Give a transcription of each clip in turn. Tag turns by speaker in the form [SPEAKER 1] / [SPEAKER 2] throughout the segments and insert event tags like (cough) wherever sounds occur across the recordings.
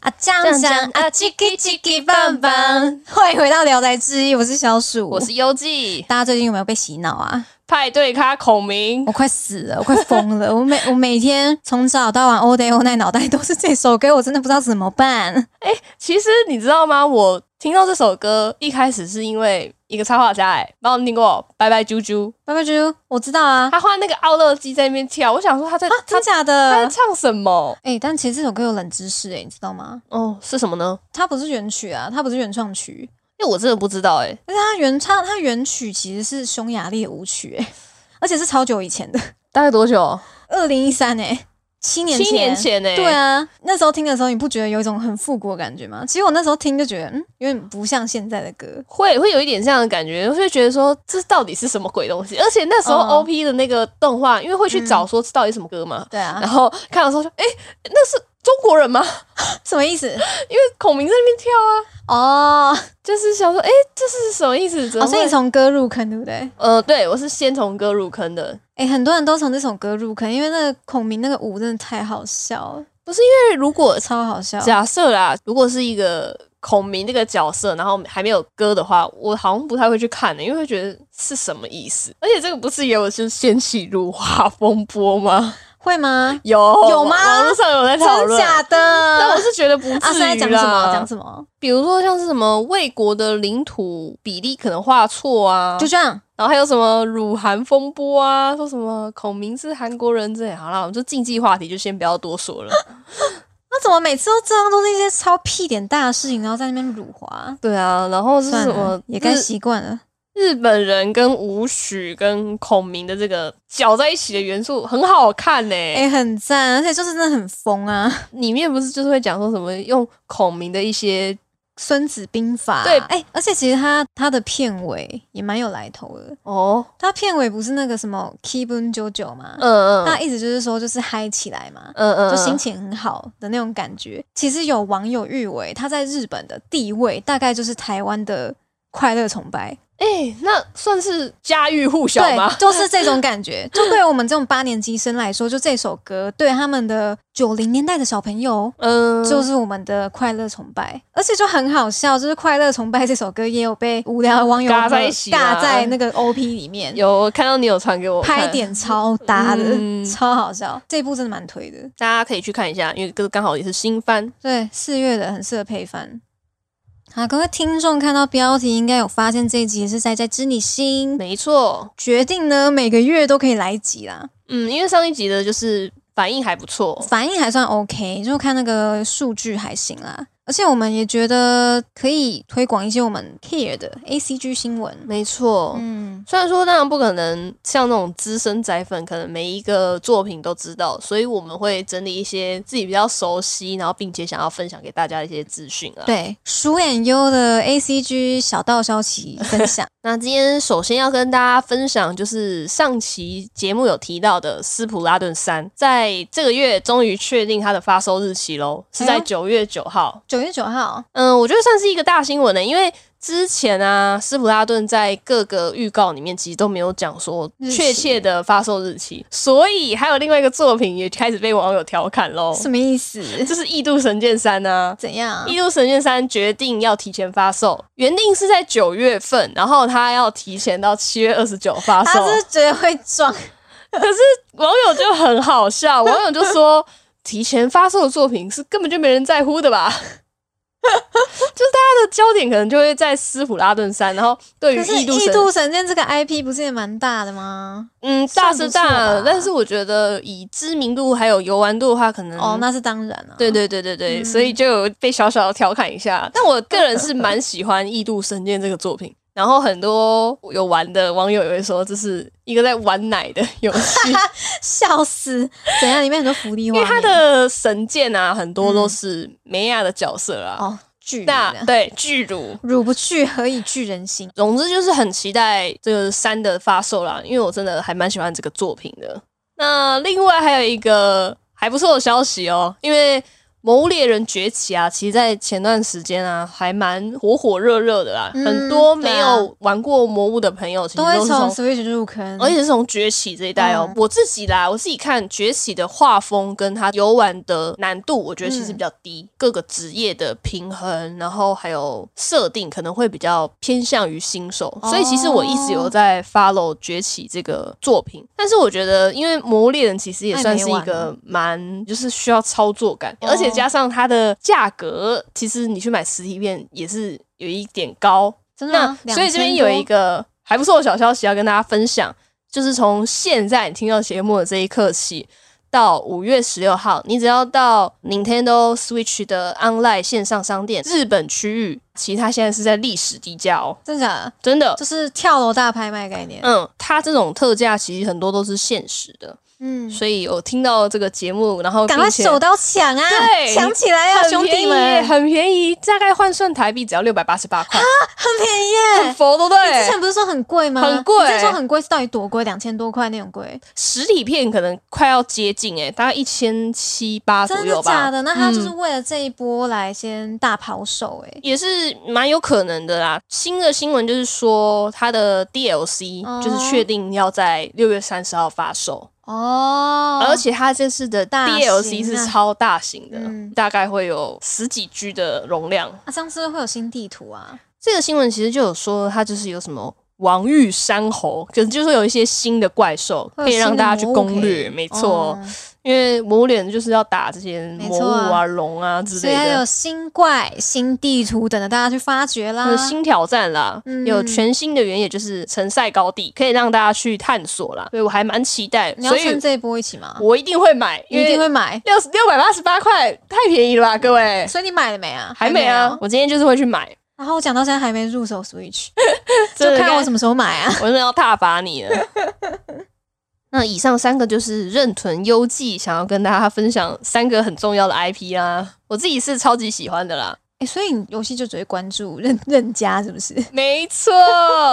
[SPEAKER 1] 啊，酱酱啊，叽叽叽叽棒棒。欢迎回到《聊斋志异》，我是小鼠，
[SPEAKER 2] 我是优记，
[SPEAKER 1] 大家最近有没有被洗脑啊？
[SPEAKER 2] 派对咖孔明
[SPEAKER 1] 我，快死了，我快疯了！ (laughs) 我每我每天从早到晚，all day all night，脑袋都是这首歌，我真的不知道怎么办。
[SPEAKER 2] 其实你知道吗？我听到这首歌一开始是因为一个插画家、哎，不知道你听过拜拜啾啾，
[SPEAKER 1] 拜拜猪，我知道啊，
[SPEAKER 2] 他画那个奥乐基在那边跳，我想说他在、
[SPEAKER 1] 啊，
[SPEAKER 2] 他
[SPEAKER 1] 真假
[SPEAKER 2] 他在
[SPEAKER 1] 的？
[SPEAKER 2] 唱什么？
[SPEAKER 1] 哎、但其实这首歌有冷知识哎、你知道吗？
[SPEAKER 2] 哦，是什么呢？
[SPEAKER 1] 它不是原曲啊，它不是原创曲，
[SPEAKER 2] 因为我真的不知道、哎，
[SPEAKER 1] 但是它原唱它原曲其实是匈牙利的舞曲哎、而且是超久以前的，
[SPEAKER 2] 大概多久？
[SPEAKER 1] 二零一三哎，七年前，
[SPEAKER 2] 七年前呢、哎
[SPEAKER 1] 对，啊，那时候听的时候，你不觉得有一种很复古的感觉吗？其实我那时候听就觉得，嗯，有点不像现在的歌。
[SPEAKER 2] 会会有一点这样的感觉，会觉得说这到底是什么鬼东西？而且那时候
[SPEAKER 1] 嗯
[SPEAKER 2] O P 的那个动画，因为会去找说这到底什么歌嘛，
[SPEAKER 1] 对啊
[SPEAKER 2] 然，后看到说，哎、那是中国人吗？ (laughs)
[SPEAKER 1] 什么意思？
[SPEAKER 2] 因为孔明在那边跳啊，
[SPEAKER 1] 哦，
[SPEAKER 2] 就是想说，哎、这是什么意思？怎么
[SPEAKER 1] 哦，所以
[SPEAKER 2] 会
[SPEAKER 1] 你从歌入坑，对不对？
[SPEAKER 2] 呃，对我是先从歌入坑的，
[SPEAKER 1] 哎，很多人都从这首歌入坑，因为那个孔明那个舞真的太好笑了，
[SPEAKER 2] 因为如果
[SPEAKER 1] 超好笑。
[SPEAKER 2] 假设啦，如果是一个孔明这个角色，然后还没有歌的话，我好像不太会去看的、因为会觉得是什么意思？而且这个不是也有就是掀起辱华风波吗？ (laughs)
[SPEAKER 1] 会吗？
[SPEAKER 2] 有
[SPEAKER 1] 有吗
[SPEAKER 2] 网络上有在讨
[SPEAKER 1] 真
[SPEAKER 2] 论。
[SPEAKER 1] 假
[SPEAKER 2] 但我
[SPEAKER 1] 的？
[SPEAKER 2] 是觉得不至于啦。
[SPEAKER 1] 啊，是在讲什么？讲什么？
[SPEAKER 2] 比如说像是什么魏国的领土比例可能画错啊，
[SPEAKER 1] 就这样。
[SPEAKER 2] 然后还有什么辱韩风波啊，说什么孔明是韩国人之类。好啦，我们就禁忌话题就先不要多
[SPEAKER 1] (laughs)
[SPEAKER 2] 说了。
[SPEAKER 1] 那怎么每次都这样，都是一些超屁点大的事情，然后在那边辱华？
[SPEAKER 2] 对啊，然后是
[SPEAKER 1] 算
[SPEAKER 2] 什
[SPEAKER 1] 了
[SPEAKER 2] 么，
[SPEAKER 1] 也该
[SPEAKER 2] 日
[SPEAKER 1] 习惯了。
[SPEAKER 2] 日本人跟武许跟孔明的这个搅在一起的元素很好看呢、
[SPEAKER 1] 哎，很赞，而且就是真的很疯啊，《
[SPEAKER 2] 里面不是就是会讲说什么用孔明的一些
[SPEAKER 1] 孙子兵法》
[SPEAKER 2] 对
[SPEAKER 1] 哎，而且其实它它的片尾也蛮有来头的。
[SPEAKER 2] 哦，
[SPEAKER 1] 它片尾不是那个什么 “keep 九九”吗？
[SPEAKER 2] 嗯嗯
[SPEAKER 1] 它意思就是说，就是嗨起来嘛。
[SPEAKER 2] 嗯
[SPEAKER 1] 哦
[SPEAKER 2] 嗯，
[SPEAKER 1] 就心
[SPEAKER 2] 嗯
[SPEAKER 1] 情很好的那种感觉。其实有网友誉为他在日本的地位，大概就是台湾的快乐崇拜，
[SPEAKER 2] 哎、那算是家喻户晓吗
[SPEAKER 1] 对，？就是这种感觉。就对我们这种八年级生来说，就这首歌对他们的九零年代的小朋友。
[SPEAKER 2] 嗯，
[SPEAKER 1] 就是我们的快乐崇拜，而且就很好笑，就是《快乐崇拜》这首歌也有被无聊的网友
[SPEAKER 2] 尬在一起啊
[SPEAKER 1] 尬在那个 OP 里面，
[SPEAKER 2] 有我看到你有传给我看
[SPEAKER 1] 拍，点超搭的，(laughs)
[SPEAKER 2] 嗯
[SPEAKER 1] 超好笑。这一部真的蛮推的，
[SPEAKER 2] 大家可以去看一下，因为这个刚好也是新番。
[SPEAKER 1] 对，四月的很适合配饭。好，各位听众看到标题，应该有发现这一集是在在知你心，
[SPEAKER 2] 没错，
[SPEAKER 1] 决定呢每个月都可以来一集啦，
[SPEAKER 2] 嗯，因为上一集的就是反应还不错，
[SPEAKER 1] 反应还算 OK，就看那个数据还行啦。而且我们也觉得可以推广一些我们 care 的 ACG 新闻，
[SPEAKER 2] 没错，
[SPEAKER 1] 嗯，
[SPEAKER 2] 虽然说当然不可能像那种资深宅粉，可能每一个作品都知道，所以我们会整理一些自己比较熟悉，然后并且想要分享给大家的一些资讯啊。，
[SPEAKER 1] 对，鼠眼优的 ACG 小道消息分 (laughs) 享，
[SPEAKER 2] 那今天首先要跟大家分享，就是上期节目有提到的《斯普拉顿三》，在这个月终于确定它的发售日期喽，是
[SPEAKER 1] 哎
[SPEAKER 2] 在
[SPEAKER 1] 呦
[SPEAKER 2] 九月九号。
[SPEAKER 1] 九月九号，
[SPEAKER 2] 嗯，我觉得算是一个大新闻欸呢，因为之前啊，斯普拉顿在各个预告里面其实都没有讲说
[SPEAKER 1] 日期
[SPEAKER 2] 确切的发售日期，所以还有另外一个作品也开始被网友调侃喽，
[SPEAKER 1] 什么意思？
[SPEAKER 2] 就是《异度神剑三》啊。
[SPEAKER 1] 怎样？
[SPEAKER 2] 《异度神剑三》决定要提前发售，原定是在九月份，然后他要提前到七月二十九发
[SPEAKER 1] 他
[SPEAKER 2] 售。
[SPEAKER 1] 啊是觉得会撞，
[SPEAKER 2] 网友就很好笑，网友就说提前发售的作品是根本就没人在乎的吧？ (laughs) 就是大家的焦点可能就会在斯普拉顿山，然后对于
[SPEAKER 1] (laughs) 可是《
[SPEAKER 2] 异度
[SPEAKER 1] 异
[SPEAKER 2] 神，
[SPEAKER 1] 度神剑》这个 IP 不是也蛮大的吗？
[SPEAKER 2] 嗯，
[SPEAKER 1] 算
[SPEAKER 2] 大
[SPEAKER 1] 不错
[SPEAKER 2] 是大
[SPEAKER 1] 吧，
[SPEAKER 2] 但是我觉得以知名度还有游玩度的话，可能
[SPEAKER 1] 哦，那是当然了、
[SPEAKER 2] 对。对对对对，
[SPEAKER 1] 嗯
[SPEAKER 2] 所以就有被小小的调侃一下。但我个人是蛮喜欢《异度神剑》这个作品，然后很多有玩的网友也会说，这是一个在玩奶的游戏。
[SPEAKER 1] 笑死！怎样？里面很多福利画面，
[SPEAKER 2] 因为他的神剑啊，很多都是梅亚的角色啊。
[SPEAKER 1] 哦巨
[SPEAKER 2] 那
[SPEAKER 1] 人，
[SPEAKER 2] 对巨乳，
[SPEAKER 1] 汝不惧，何以惧人心？
[SPEAKER 2] 总之就是很期待这个三的发售啦，因为我真的还蛮喜欢这个作品的。那另外还有一个还不错的消息哦，因为《魔物猎人崛起》啊，其实在前段时间啊，还蛮火火热热的啦。
[SPEAKER 1] 嗯
[SPEAKER 2] 很多没
[SPEAKER 1] 对啊
[SPEAKER 2] 有玩过魔物的朋友，其实
[SPEAKER 1] 都
[SPEAKER 2] 都
[SPEAKER 1] 会
[SPEAKER 2] 是
[SPEAKER 1] 从哦
[SPEAKER 2] 从。
[SPEAKER 1] Switch 入坑，
[SPEAKER 2] 而且是从崛起这一代哦，
[SPEAKER 1] 嗯
[SPEAKER 2] 我自己啦，我自己看崛起的画风跟它游玩的难度，我觉得其实比较
[SPEAKER 1] 嗯
[SPEAKER 2] 低，各个职业的平衡，然后还有设定可能会比较偏向于新手，
[SPEAKER 1] 哦
[SPEAKER 2] 所以其实我一直有在 follow 崛起这个作品，但是我觉得因为《魔物猎人》其实也算是
[SPEAKER 1] 太没
[SPEAKER 2] 一
[SPEAKER 1] 玩
[SPEAKER 2] 个蛮就是需要操作感，
[SPEAKER 1] 哦
[SPEAKER 2] 而且加上它的价格，其实你去买实体片也是有一点高，
[SPEAKER 1] 真的
[SPEAKER 2] 那
[SPEAKER 1] 吗，
[SPEAKER 2] 所以这边有一
[SPEAKER 1] 嗯2000多
[SPEAKER 2] 个还不错的小消息要跟大家分享，就是从现在你听到节目的这一刻起，到五月十六号，你只要到 Nintendo Switch 的 online 线上商店日本区域，其实它现在是在历史低价哦，
[SPEAKER 1] 真的假的，
[SPEAKER 2] 真的。
[SPEAKER 1] 就是跳楼大拍卖概念，
[SPEAKER 2] 嗯，它这种特价其实很多都是限时的，
[SPEAKER 1] 嗯，
[SPEAKER 2] 所以有听到这个节目，然后
[SPEAKER 1] 赶快
[SPEAKER 2] 并且
[SPEAKER 1] 手刀抢啊
[SPEAKER 2] 对，
[SPEAKER 1] 抢起来啊，
[SPEAKER 2] 很
[SPEAKER 1] 兄弟
[SPEAKER 2] 便宜
[SPEAKER 1] 们，
[SPEAKER 2] 很便宜，大概换算台币只要六百八十八块，
[SPEAKER 1] 很便宜耶
[SPEAKER 2] 很佛，对不
[SPEAKER 1] 你
[SPEAKER 2] 对？
[SPEAKER 1] 之前不是说很贵吗？
[SPEAKER 2] 很贵
[SPEAKER 1] 你之前说很贵是到底多贵？两千多块那种贵，
[SPEAKER 2] 实体片可能快要接近哎、大概一千七八左
[SPEAKER 1] 真
[SPEAKER 2] 右
[SPEAKER 1] 的
[SPEAKER 2] 吧。嗯
[SPEAKER 1] 假的？那他就是为了这一波来先大抛售哎、
[SPEAKER 2] 也是蛮有可能的啦。新的新闻就是说，它的 DLC
[SPEAKER 1] 哦
[SPEAKER 2] 就是确定要在六月三十号发售，
[SPEAKER 1] 哦，
[SPEAKER 2] 而且它这次的
[SPEAKER 1] 大型啊
[SPEAKER 2] DLC 是超大型的，
[SPEAKER 1] 嗯
[SPEAKER 2] 大概会有十几 G 的容量。
[SPEAKER 1] 啊，上次会有新地图啊，
[SPEAKER 2] 这个新闻其实就有说，它就是有什么王玉山猴，可能就是有一些新的怪兽
[SPEAKER 1] 会有
[SPEAKER 2] 可以让
[SPEAKER 1] 新的
[SPEAKER 2] 大家去
[SPEAKER 1] 魔物
[SPEAKER 2] 攻
[SPEAKER 1] 可以
[SPEAKER 2] 略，没错。
[SPEAKER 1] 哦
[SPEAKER 2] 因为魔物脸就是要打这些
[SPEAKER 1] 没
[SPEAKER 2] 魔
[SPEAKER 1] 错
[SPEAKER 2] 物
[SPEAKER 1] 啊
[SPEAKER 2] 啊、龙啊之
[SPEAKER 1] 所
[SPEAKER 2] 类
[SPEAKER 1] 以还有
[SPEAKER 2] 的，
[SPEAKER 1] 新怪、新地图等着大家去发掘啦
[SPEAKER 2] 有。新挑战啦，
[SPEAKER 1] 嗯
[SPEAKER 2] 有全新的原野，就是城塞高地，可以让大家去探索啦。所以我还蛮期待，
[SPEAKER 1] 你要
[SPEAKER 2] 所
[SPEAKER 1] 趁
[SPEAKER 2] 以
[SPEAKER 1] 这一波一起吗？
[SPEAKER 2] 我一定会买，
[SPEAKER 1] 你一定
[SPEAKER 2] 因为
[SPEAKER 1] 会买，
[SPEAKER 2] 六六百八十八块太便宜了吧，各
[SPEAKER 1] (laughs)
[SPEAKER 2] 位。
[SPEAKER 1] 所以你买了没啊？
[SPEAKER 2] 还没啊
[SPEAKER 1] 哦。，
[SPEAKER 2] 我今天就是会去买，
[SPEAKER 1] 然后我讲到现在还没入手
[SPEAKER 2] (laughs)
[SPEAKER 1] Switch，(laughs)
[SPEAKER 2] 真
[SPEAKER 1] 就
[SPEAKER 2] 的
[SPEAKER 1] 看
[SPEAKER 2] 该
[SPEAKER 1] 我什么时候买啊。
[SPEAKER 2] 我真的要踏伐
[SPEAKER 1] (laughs)
[SPEAKER 2] 你了。那以上三个就是任屯优记想要跟大家分享三个很重要的 IP 啦，我自己是超级喜欢的啦。
[SPEAKER 1] 哎、所以你游戏就只会关注任任家是不是
[SPEAKER 2] 没错，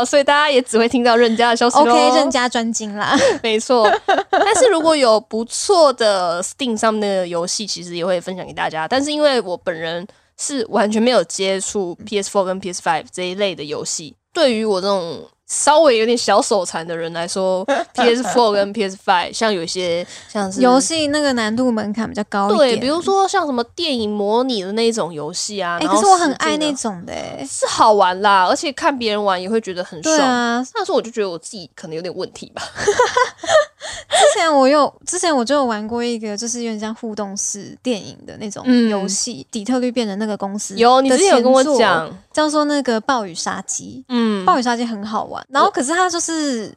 [SPEAKER 2] 所以大家也只会听到任家的 (laughs) 消息咯
[SPEAKER 1] ？OK，任家专精啦。
[SPEAKER 2] 没错。但是如果有不错的 Steam 上面的游戏，其实也会分享给大家。但是因为我本人是完全没有接触 PS4 跟 PS5 这一类的游戏，对于我这种稍微有点小手残的人
[SPEAKER 1] (laughs)
[SPEAKER 2] 来说，PS4 跟 PS5 像有一些像是
[SPEAKER 1] 游戏那个难度门槛比较高一点。
[SPEAKER 2] 对，比如说像什么电影模拟的那种游戏啊，
[SPEAKER 1] 哎、
[SPEAKER 2] 然
[SPEAKER 1] 可
[SPEAKER 2] 后
[SPEAKER 1] 是我很
[SPEAKER 2] 实
[SPEAKER 1] 爱
[SPEAKER 2] 际
[SPEAKER 1] 那
[SPEAKER 2] 的
[SPEAKER 1] 种的、欸。
[SPEAKER 2] 是好玩啦，而且看别人玩也会觉得很
[SPEAKER 1] 对
[SPEAKER 2] 爽。
[SPEAKER 1] 啊，
[SPEAKER 2] 那时候我就觉得我自己可能有点问题吧。
[SPEAKER 1] 之前我有，之前我就有玩过一个，就是有点像互动式电影的那种
[SPEAKER 2] 嗯
[SPEAKER 1] 游戏，底特律变成那个公司
[SPEAKER 2] 有，
[SPEAKER 1] 嗯
[SPEAKER 2] 你
[SPEAKER 1] 的
[SPEAKER 2] 之前有跟我
[SPEAKER 1] 前作
[SPEAKER 2] 讲，
[SPEAKER 1] 叫做那个《暴雨杀机》，
[SPEAKER 2] 嗯，
[SPEAKER 1] 暴雨杀机》很好玩，然后可是它就是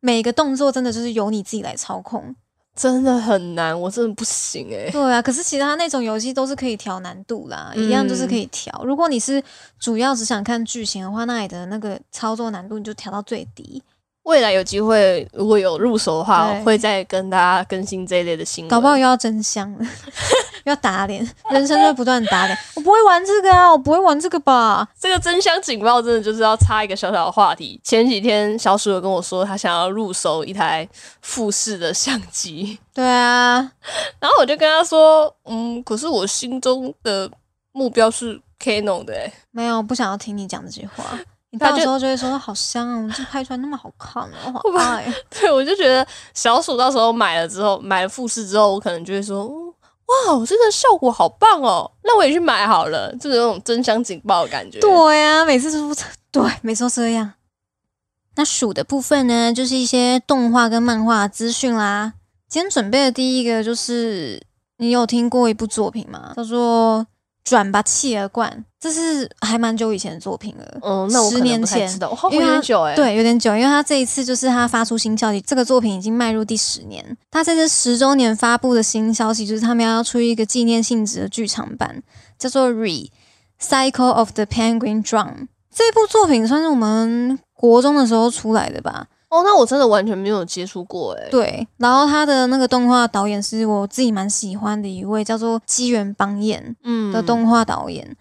[SPEAKER 1] 每个动作真的就是由你自己来操控。
[SPEAKER 2] 真的很难，我真的不行哎、
[SPEAKER 1] 对啊，可是其他那种游戏都是可以调难度啦，一样就是可
[SPEAKER 2] 嗯
[SPEAKER 1] 以调。如果你是主要只想看剧情的话，那你的那个操作难度你就调到最低，
[SPEAKER 2] 未来有机会，如果有入手的话，
[SPEAKER 1] 对
[SPEAKER 2] 我会再跟大家更新这一类的新闻。
[SPEAKER 1] 搞不好又要真香了， (laughs) 又要打脸，人生就会不断打脸。我不会玩这个啊，我不会玩这个吧？
[SPEAKER 2] 这个真香警报真的就是要插一个小小的话题。前几天小鼠有跟我说，他想要入手一台富士的相机， (laughs)
[SPEAKER 1] 对啊，
[SPEAKER 2] 然后我就跟他说，嗯，可是我心中的目标是 Canon 的、欸，
[SPEAKER 1] 没有不想要听你讲这句话。你
[SPEAKER 2] 他
[SPEAKER 1] 到
[SPEAKER 2] 就
[SPEAKER 1] 时候就会说好香啊，我们这拍出来那么好看哦，
[SPEAKER 2] 会不
[SPEAKER 1] 好
[SPEAKER 2] 会
[SPEAKER 1] 爱。
[SPEAKER 2] (laughs) 对我就觉得小鼠到时候买了之后，买了富士之后，我可能就会说，嗯哇，我这个效果好棒哦，那我也去买好了，就是那种真香警报的感觉。
[SPEAKER 1] 对啊呀、每次都对，每次都这样。那数的部分呢，就是一些动画跟漫画资讯啦。今天准备的第一个就是，你有听过一部作品吗？叫做《转吧企鹅罐》，这是还蛮久以前的作品了。
[SPEAKER 2] 嗯，那我可
[SPEAKER 1] 十
[SPEAKER 2] 能
[SPEAKER 1] 年
[SPEAKER 2] 不太
[SPEAKER 1] 前
[SPEAKER 2] 知道，我好
[SPEAKER 1] 因为
[SPEAKER 2] 很
[SPEAKER 1] 它
[SPEAKER 2] 久哎、欸，，
[SPEAKER 1] 对，有点久，因为他这一次就是他发出新消息，这个作品已经迈入第十年。他这次十周年发布的新消息就是他们要出一个纪念性质的剧场版，叫做《Re Cycle of the Penguin Drum》。这部作品算是我们国中的时候出来的吧？
[SPEAKER 2] 哦，那我真的完全没有接触过哎、
[SPEAKER 1] 对，然后他的那个动画导演是我自己蛮喜欢的一位，叫做基原邦彦。
[SPEAKER 2] 嗯
[SPEAKER 1] 的动画导演。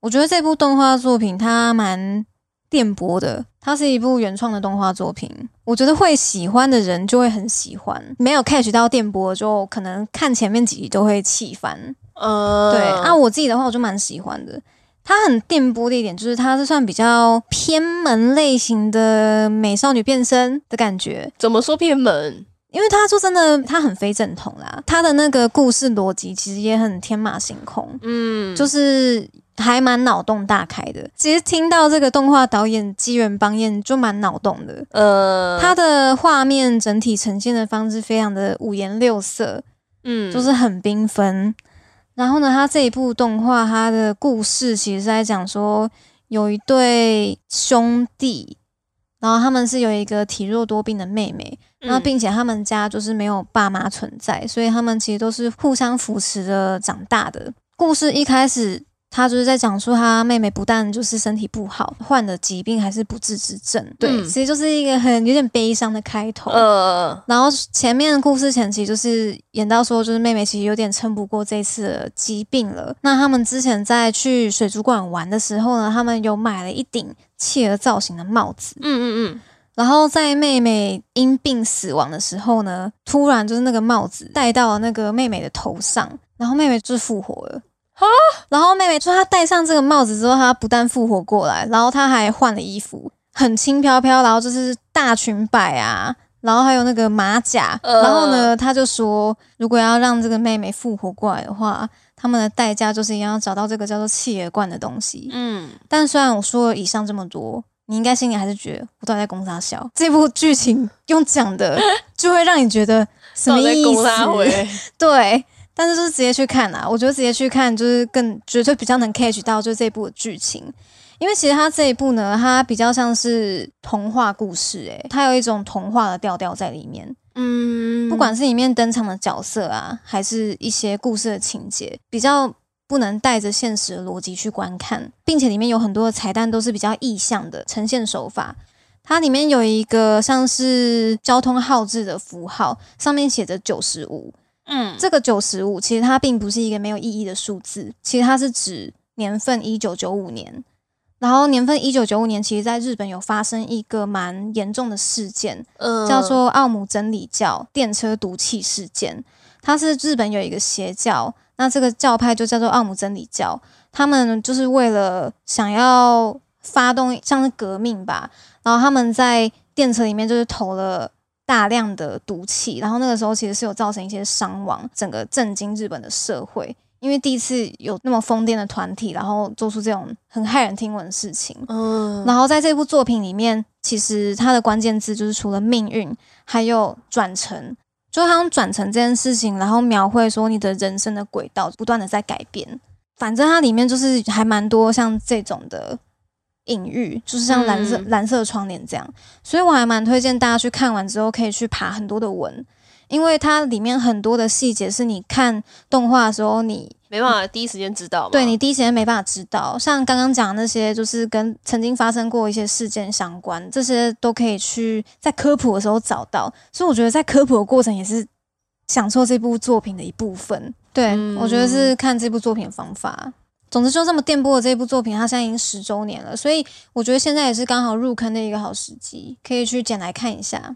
[SPEAKER 1] 我觉得这部动画作品它蛮电波的，它是一部原创的动画作品。我觉得会喜欢的人就会很喜欢，没有 catch 到电波就可能看前面几集就会气翻。
[SPEAKER 2] 呃，
[SPEAKER 1] 对啊，我自己的话我就蛮喜欢的。它很电波的一点就是它是算比较偏门类型的美少女变身的感觉，
[SPEAKER 2] 怎么说偏门？
[SPEAKER 1] 因为它说真的，它很非正统啦。它的那个故事逻辑其实也很天马行空，
[SPEAKER 2] 嗯，
[SPEAKER 1] 就是还蛮脑洞大开的。其实听到这个动画导演基原邦彦就蛮脑洞的，
[SPEAKER 2] 呃，
[SPEAKER 1] 它的画面整体呈现的方式非常的五颜六色，
[SPEAKER 2] 嗯
[SPEAKER 1] 就是很缤纷。然后呢，它这一部动画，它的故事其实是在讲说，有一对兄弟，然后他们是有一个体弱多病的妹妹，
[SPEAKER 2] 嗯
[SPEAKER 1] 然后并且他们家就是没有爸妈存在，所以他们其实都是互相扶持着长大的。故事一开始，他就是在讲述他妹妹不但就是身体不好，患了疾病，还是不治之症。对，
[SPEAKER 2] 嗯
[SPEAKER 1] 其实就是一个很有点悲伤的开头。
[SPEAKER 2] 呃，
[SPEAKER 1] 然后前面的故事前期就是演到说，就是妹妹其实有点撑不过这次的疾病了。那他们之前在去水族馆玩的时候呢，他们有买了一顶企鹅造型的帽子。
[SPEAKER 2] 嗯嗯
[SPEAKER 1] 然后在妹妹因病死亡的时候呢，突然就是那个帽子戴到了那个妹妹的头上，然后妹妹就是复活了。
[SPEAKER 2] 啊！
[SPEAKER 1] 然后妹妹说，她戴上这个帽子之后，她不但复活过来，然后她还换了衣服，很轻飘飘，然后就是大裙摆啊，然后还有那个马甲。
[SPEAKER 2] 呃
[SPEAKER 1] 然后呢，她就说，如果要让这个妹妹复活过来的话，他们的代价就是一定要找到这个叫做气儿罐的东西。
[SPEAKER 2] 嗯嗯，
[SPEAKER 1] 但虽然我说了以上这么多，你应该心里还是觉得我到底在攻啥笑？这部剧情用讲
[SPEAKER 2] (laughs)
[SPEAKER 1] 的就会让你觉得什么
[SPEAKER 2] 到底在啊
[SPEAKER 1] 意
[SPEAKER 2] 攻他
[SPEAKER 1] 思？
[SPEAKER 2] 回？
[SPEAKER 1] 对，但是就是直接去看啊啦，我觉得直接去看就是更绝对比较能 catch 到就是这一部的剧情。因为其实它这一部呢，它比较像是童话故事、欸，诶，它有一种童话的调调在里面。
[SPEAKER 2] 嗯
[SPEAKER 1] 不管是里面登场的角色啊，还是一些故事的情节，比较不能带着现实的逻辑去观看，并且里面有很多的彩蛋都是比较意象的呈现手法。它里面有一个像是交通号志的符号，上面写着九十五。
[SPEAKER 2] 嗯
[SPEAKER 1] 这个九十五其实它并不是一个没有意义的数字，其实它是指年份一九九五年。然后年份一九九五年，其实在日本有发生一个蛮严重的事件，
[SPEAKER 2] 嗯
[SPEAKER 1] 叫做奥姆真理教电车毒气事件。它是日本有一个邪教，那这个教派就叫做奥姆真理教。他们就是为了想要发动像是革命吧，然后他们在电车里面就是投了大量的毒气，然后那个时候其实是有造成一些伤亡，整个震惊日本的社会。因为第一次有那么疯癫的团体，然后做出这种很骇人听闻的事情，
[SPEAKER 2] 嗯
[SPEAKER 1] 然后在这部作品里面，其实它的关键字就是除了命运，还有转乘，就好像转乘这件事情，然后描绘说你的人生的轨道不断的在改变。反正它里面就是还蛮多像这种的隐喻，就是像蓝色、
[SPEAKER 2] 嗯
[SPEAKER 1] 蓝色窗帘这样，所以我还蛮推荐大家去看完之后可以去爬很多的文，因为它里面很多的细节是你看动画的时候你
[SPEAKER 2] 没办法第一时间知道嘛，
[SPEAKER 1] 对你第一时间没办法知道，像刚刚讲的那些，就是跟曾经发生过一些事件相关，这些都可以去在科普的时候找到。所以我觉得在科普的过程也是享受这部作品的一部分。对，
[SPEAKER 2] 嗯
[SPEAKER 1] 我觉得是看这部作品的方法。总之，就这么电波的这部作品，它现在已经十周年了，所以我觉得现在也是刚好入坑的一个好时机，可以去捡来看一下。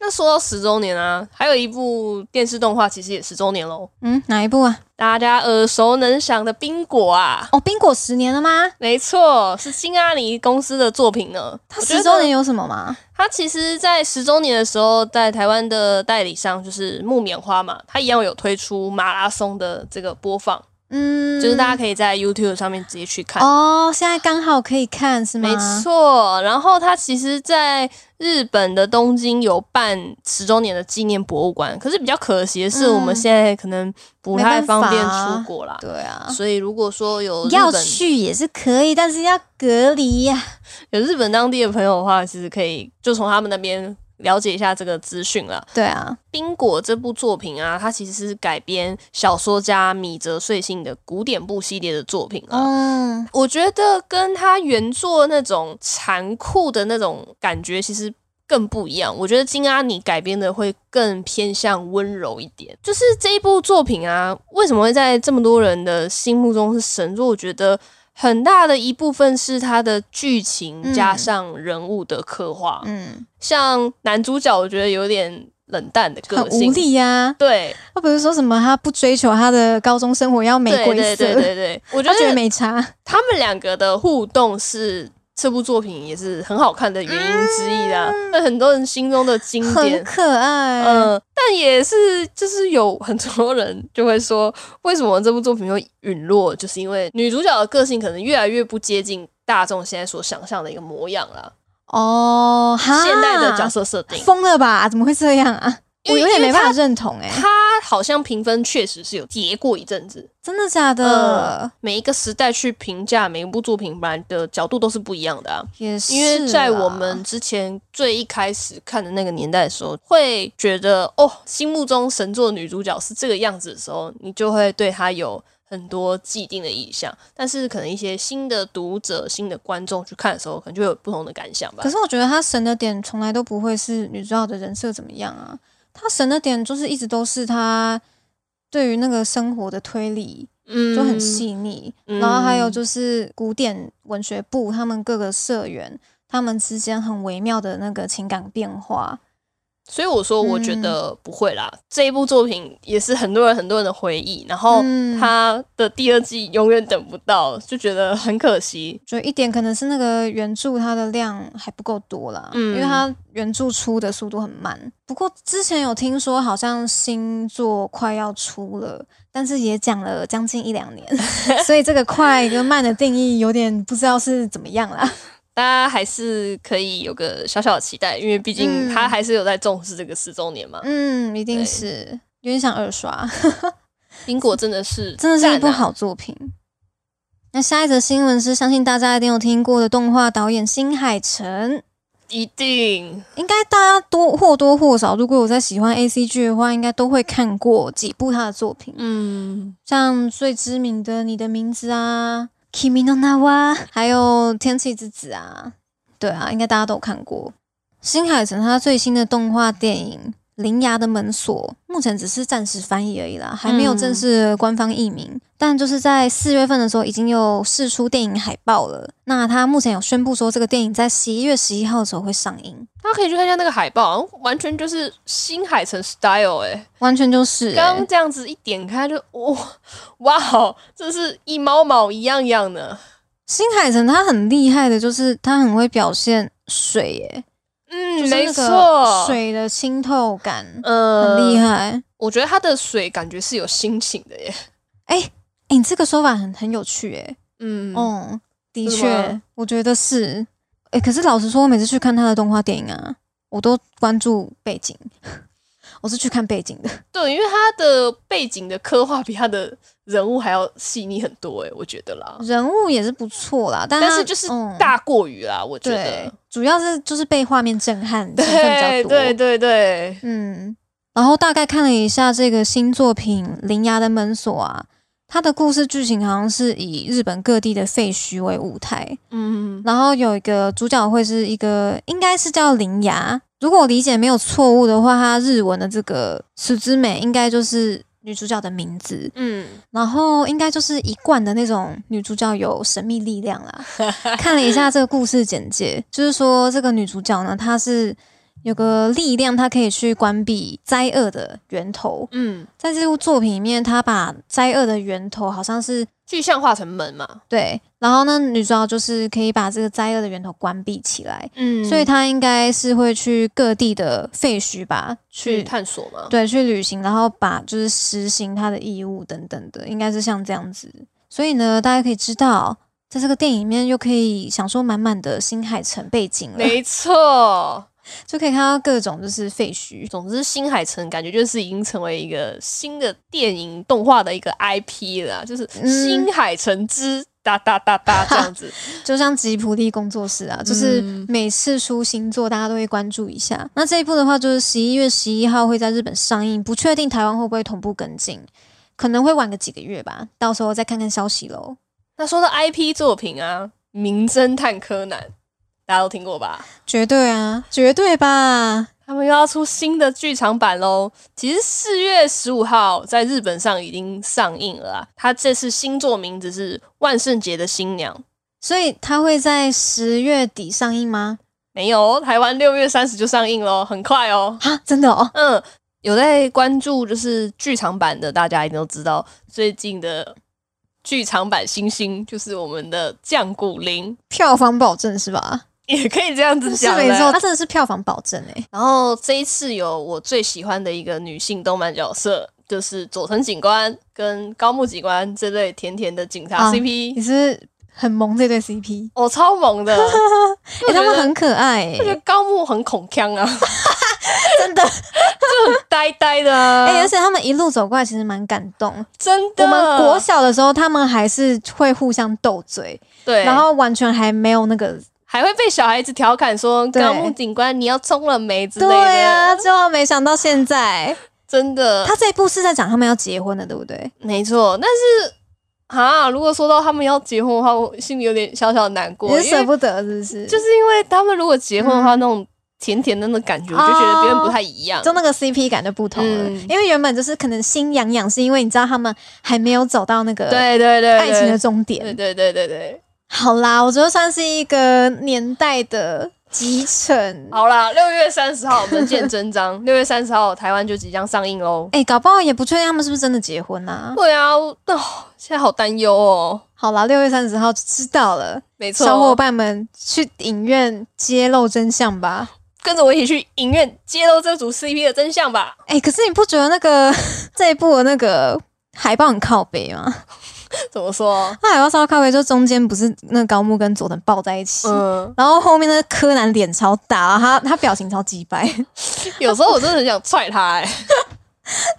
[SPEAKER 2] 那说到十周年啊，还有一部电视动画其实也十周年喽，
[SPEAKER 1] 嗯，哪一部啊？
[SPEAKER 2] 大家耳熟能详的《冰果》啊，
[SPEAKER 1] 哦，冰果十年了吗？
[SPEAKER 2] 没错，是金阿尼公司的作品呢。
[SPEAKER 1] 它
[SPEAKER 2] 我觉得
[SPEAKER 1] 十周年有什么吗？
[SPEAKER 2] 它其实，在十周年的时候，在台湾的代理商就是木棉花嘛，它一样有推出马拉松的这个播放，
[SPEAKER 1] 嗯，
[SPEAKER 2] 就是大家可以在 YouTube 上面直接去看。
[SPEAKER 1] 哦，现在刚好可以看是吗？
[SPEAKER 2] 没错，然后它其实，在日本的东京有办十周年的纪念博物馆，可是比较可惜的是，
[SPEAKER 1] 嗯
[SPEAKER 2] 我们现在可能不太方便
[SPEAKER 1] 没办法
[SPEAKER 2] 出国啦。
[SPEAKER 1] 对啊，
[SPEAKER 2] 所以如果说有日
[SPEAKER 1] 要
[SPEAKER 2] 本
[SPEAKER 1] 去也是可以，但是要隔离呀、
[SPEAKER 2] 有日本当地的朋友的话，其实可以就从他们那边了解一下这个资讯啦。
[SPEAKER 1] 对啊，
[SPEAKER 2] 《冰果》这部作品啊，它其实是改编小说家米泽穗信的古典部系列的作品啊。
[SPEAKER 1] 嗯，
[SPEAKER 2] 我觉得跟他原作那种残酷的那种感觉其实更不一样。我觉得金阿尼改编的会更偏向温柔一点。就是这一部作品啊，为什么会在这么多人的心目中是神作？我觉得很大的一部分是它的剧情
[SPEAKER 1] 嗯
[SPEAKER 2] 加上人物的刻画。
[SPEAKER 1] 嗯，
[SPEAKER 2] 像男主角，我觉得有点冷淡的
[SPEAKER 1] 很
[SPEAKER 2] 个性，
[SPEAKER 1] 无力呀、
[SPEAKER 2] 对，
[SPEAKER 1] 他不是说什么他不追求他的高中生活要玫瑰
[SPEAKER 2] 对
[SPEAKER 1] 色，
[SPEAKER 2] 对对对对，我觉
[SPEAKER 1] 他觉得
[SPEAKER 2] 得
[SPEAKER 1] 没差。
[SPEAKER 2] 他们两个的互动是这部作品也是很好看的原因之一啦，那、很多人心中的经
[SPEAKER 1] 嗯很
[SPEAKER 2] 典。
[SPEAKER 1] 可爱。
[SPEAKER 2] 嗯、但也是，就是有很多人就会说，为什么这部作品会陨落，就是因为女主角的个性可能越来越不接近大众现在所想象的一个模样啦。
[SPEAKER 1] 哦，哈
[SPEAKER 2] 现代的角色设定，
[SPEAKER 1] 疯了吧？怎么会这样啊？
[SPEAKER 2] 因
[SPEAKER 1] 我
[SPEAKER 2] 为
[SPEAKER 1] 有点没办
[SPEAKER 2] 因
[SPEAKER 1] 法
[SPEAKER 2] 为
[SPEAKER 1] 认同哎、
[SPEAKER 2] 它好像评分确实是有跌过一阵子，
[SPEAKER 1] 真的假的？
[SPEAKER 2] 每一个时代去评价每一部作品，本来的角度都是不一样的啊。
[SPEAKER 1] 也是啦，
[SPEAKER 2] 因为在我们之前最一开始看的那个年代的时候，会觉得哦，心目中神作女主角是这个样子的时候，你就会对她有很多既定的意向。但是可能一些新的读者、新的观众去看的时候，可能就会有不同的感想吧
[SPEAKER 1] 可。是我觉得他神的点从来都不会是女主角的人设怎么样啊，他神的点就是一直都是他对于那个生活的推理
[SPEAKER 2] 嗯
[SPEAKER 1] 就很细腻，
[SPEAKER 2] 嗯
[SPEAKER 1] 然后还有就是古典文学部他们各个社员他们之间很微妙的那个情感变化，
[SPEAKER 2] 所以我说，我
[SPEAKER 1] 嗯
[SPEAKER 2] 觉得不会啦。这一部作品也是很多人很多人的回忆，然后
[SPEAKER 1] 嗯
[SPEAKER 2] 它的第二季永远等不到，就觉得很可惜。
[SPEAKER 1] 就一点可能是那个原著它的量还不够多啦，
[SPEAKER 2] 嗯
[SPEAKER 1] 因为它原著出的速度很慢。不过之前有听说好像新作快要出了，但是也讲了将近一两年， (laughs) 所以这个快跟慢的定义有点不知道是怎么样啦。
[SPEAKER 2] 大家还是可以有个小小的期待，因为毕竟
[SPEAKER 1] 嗯
[SPEAKER 2] 他还是有在重视这个十周年嘛。
[SPEAKER 1] 嗯，一定是有点想二刷，
[SPEAKER 2] 英国真的是、啊
[SPEAKER 1] 真的是一部，好作品。那下一则新闻是，相信大家一定有听过的动画导演新海诚。
[SPEAKER 2] 一定
[SPEAKER 1] 应该大家多或多或少，如果有在喜欢 A C G 的话，应该都会看过几部他的作品，
[SPEAKER 2] 嗯，
[SPEAKER 1] 像最知名的《你的名字》啊，《Kimi no Na wa》，还有《天气之子》啊，对啊，应该大家都有看过。新海诚他最新的动画电影《铃芽的门锁》，目前只是暂时翻译而已啦，还没有正式的官方译名。但就是在四月份的时候，已经有试出电影海报了。那他目前有宣布说，这个电影在十一月十一号的时候会上映。
[SPEAKER 2] 大家可以去看一下那个海报，完全就是新海诚 style 哎、
[SPEAKER 1] 完全就是、欸，
[SPEAKER 2] 刚刚这样子一点开就哇哇哦，这是一毛毛一样样的，
[SPEAKER 1] 新海诚他很厉害的，就是他很会表现水、耶，
[SPEAKER 2] 嗯，
[SPEAKER 1] 就是
[SPEAKER 2] 没
[SPEAKER 1] 那个
[SPEAKER 2] 错，
[SPEAKER 1] 水的清透感、
[SPEAKER 2] 呃，
[SPEAKER 1] 很厉。害。
[SPEAKER 2] 我觉得它的水感觉是有心情的耶，
[SPEAKER 1] 哎、你这个说法很很有趣、耶。
[SPEAKER 2] 嗯，
[SPEAKER 1] 嗯，的
[SPEAKER 2] 是吗
[SPEAKER 1] 确，我觉得是。哎、可是老实说，我每次去看他的动画电影啊，我都关注背景， (laughs) 我是去看背景的。
[SPEAKER 2] 对，因为他的背景的刻画比他的人物还要细腻很多，欸诶，我觉得啦。
[SPEAKER 1] 人物也是不错啦，但
[SPEAKER 2] 但
[SPEAKER 1] 他
[SPEAKER 2] 是就是
[SPEAKER 1] 嗯
[SPEAKER 2] 大过于啦，我觉
[SPEAKER 1] 对
[SPEAKER 2] 得。，
[SPEAKER 1] 主要是就是被画面震撼成分比较
[SPEAKER 2] 对
[SPEAKER 1] 多。
[SPEAKER 2] 对对对，
[SPEAKER 1] 嗯，然后大概看了一下这个新作品《铃芽的门锁》啊，它的故事剧情好像是以日本各地的废墟为舞台，
[SPEAKER 2] 嗯，
[SPEAKER 1] 然后有一个主角会是一个应该是叫铃芽，如果我理解没有错误的话，它日文的这个“此之美”应该就是女主角的名字，
[SPEAKER 2] 嗯，
[SPEAKER 1] 然后应该就是一贯的那种女主角有神秘力量啦。看了一下这个故事简介，就是说这个女主角呢，她是有个力量，她可以去关闭灾厄的源头。
[SPEAKER 2] 嗯，
[SPEAKER 1] 在这部作品里面，她把灾厄的源头好像是
[SPEAKER 2] 具象化成门嘛，
[SPEAKER 1] 对，然后呢，女主角就是可以把这个灾厄的源头关闭起来，
[SPEAKER 2] 嗯
[SPEAKER 1] 所以她应该是会去各地的废墟吧，
[SPEAKER 2] 去
[SPEAKER 1] 去
[SPEAKER 2] 探索嘛，
[SPEAKER 1] 对，去旅行，然后把就是实行他的义务等等的，应该是像这样子。所以呢，大家可以知道，在这个电影里面又可以享受满满的新海诚背景了，
[SPEAKER 2] 没错。
[SPEAKER 1] 就可以看到各种就是废墟。
[SPEAKER 2] 总之，新海诚感觉就是已经成为一个新的电影动画的一个 IP 了啊，就是
[SPEAKER 1] 嗯
[SPEAKER 2] 新海诚之哒哒哒哒这样子。
[SPEAKER 1] 就像吉普力工作室啊，就是
[SPEAKER 2] 嗯
[SPEAKER 1] 每次出新作，大家都会关注一下。那这一部的话，就是十一月十一号会在日本上映，不确定台湾会不会同步跟进，可能会晚个几个月吧，到时候再看看消息喽。
[SPEAKER 2] 那说到 IP 作品啊，《名侦探柯南》大家都听过吧？
[SPEAKER 1] 绝对啊，绝对吧，
[SPEAKER 2] 他们又要出新的剧场版喽！其实四月十五号在日本上已经上映了啊。它这次新作名字是《万圣节的新娘》，
[SPEAKER 1] 所以它会在十月底上映吗？
[SPEAKER 2] 没有哦，台湾六月三十就上映喽，很快哦。
[SPEAKER 1] 啊，真的哦，
[SPEAKER 2] 嗯，有在关注就是剧场版的，大家一定都知道最近的剧场版新星就是我们的降谷零，
[SPEAKER 1] 票房保证是吧？
[SPEAKER 2] 也可以这样子
[SPEAKER 1] 是
[SPEAKER 2] 讲
[SPEAKER 1] 没
[SPEAKER 2] 啦
[SPEAKER 1] 错，它真的是票房保证哎、
[SPEAKER 2] 然后这一次有我最喜欢的一个女性动漫角色，就是佐藤警官跟高木警官这对甜甜的警察
[SPEAKER 1] 啊
[SPEAKER 2] CP，、
[SPEAKER 1] 你是很萌这对 CP，
[SPEAKER 2] 我、超萌
[SPEAKER 1] (laughs)
[SPEAKER 2] 的，
[SPEAKER 1] 哎、他们很可爱、
[SPEAKER 2] 我觉
[SPEAKER 1] 欸，
[SPEAKER 2] 得高木很恐腔啊， (laughs)
[SPEAKER 1] 真 (laughs) 的，
[SPEAKER 2] 呆呆的、啊，
[SPEAKER 1] 哎、而且他们一路走过来，其实蛮感动。
[SPEAKER 2] 真的，
[SPEAKER 1] 我们国小的时候，他们还是会互相斗嘴，
[SPEAKER 2] 对，
[SPEAKER 1] 然后完全还没有那个，
[SPEAKER 2] 还会被小孩子调侃说
[SPEAKER 1] 对
[SPEAKER 2] 高木警官你要冲了没之类的，
[SPEAKER 1] 对啊，最后没想到现在，
[SPEAKER 2] 真的，
[SPEAKER 1] 他这一部是在讲他们要结婚的，对不对？
[SPEAKER 2] 没错，但是。啊！如果说到他们要结婚的话，我心里有点小小难过，
[SPEAKER 1] 你是
[SPEAKER 2] 因为
[SPEAKER 1] 舍不得是不是？
[SPEAKER 2] 就是因为他们如果结婚的话，那种甜甜的那种感
[SPEAKER 1] 哦
[SPEAKER 2] 觉，我就觉得别人不太一样。
[SPEAKER 1] 就那个 CP 感就不同了，
[SPEAKER 2] 嗯
[SPEAKER 1] 因为原本就是可能心痒痒，是因为你知道他们还没有走到那个
[SPEAKER 2] 对对对，
[SPEAKER 1] 爱情的嗯终
[SPEAKER 2] 对
[SPEAKER 1] 点。
[SPEAKER 2] 对对对对。
[SPEAKER 1] 好啦，我觉得算是一个年代的集成。
[SPEAKER 2] 好啦，六月三十号我们见
[SPEAKER 1] (laughs)
[SPEAKER 2] 真章，六月三十号台湾就即将上映喽。
[SPEAKER 1] 哎、搞不好也不确定他们是不是真的结婚啊。
[SPEAKER 2] 对啊，我哦，现在好担忧哦。
[SPEAKER 1] 好啦，六月三十号就知道了，
[SPEAKER 2] 没错，
[SPEAKER 1] 小伙伴们去影院揭露真相吧。
[SPEAKER 2] 跟着我一起去影院揭露这组 CP 的真相吧。
[SPEAKER 1] 哎、可是你不觉得那个 (laughs) 这一部的那个海报很靠北吗？
[SPEAKER 2] 怎么说？
[SPEAKER 1] 它海报超靠北，就中间不是那个高木跟佐藤抱在一起，
[SPEAKER 2] 嗯，
[SPEAKER 1] 然后后面那个柯南脸超大，他他表情超鸡掰，
[SPEAKER 2] (laughs)
[SPEAKER 1] (laughs)
[SPEAKER 2] 有时候我真的很想踹他、哎，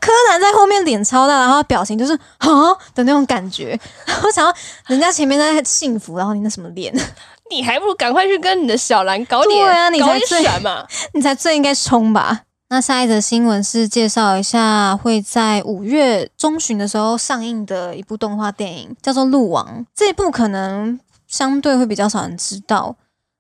[SPEAKER 1] 柯南在后面脸超大，然后他表情就是啊的那种感觉。 (laughs) 我想要人家前面在幸福，然后你那什么脸， (laughs)
[SPEAKER 2] 你还不如赶快去跟你的小兰搞点，
[SPEAKER 1] 对啊你
[SPEAKER 2] 搞
[SPEAKER 1] 才
[SPEAKER 2] 点
[SPEAKER 1] 最 (laughs)
[SPEAKER 2] 闪嘛。
[SPEAKER 1] 你才最应该冲吧。那下一则新闻是介绍一下会在五月中旬的时候上映的一部动画电影，叫做《鹿王》。这一部可能相对会比较少人知道。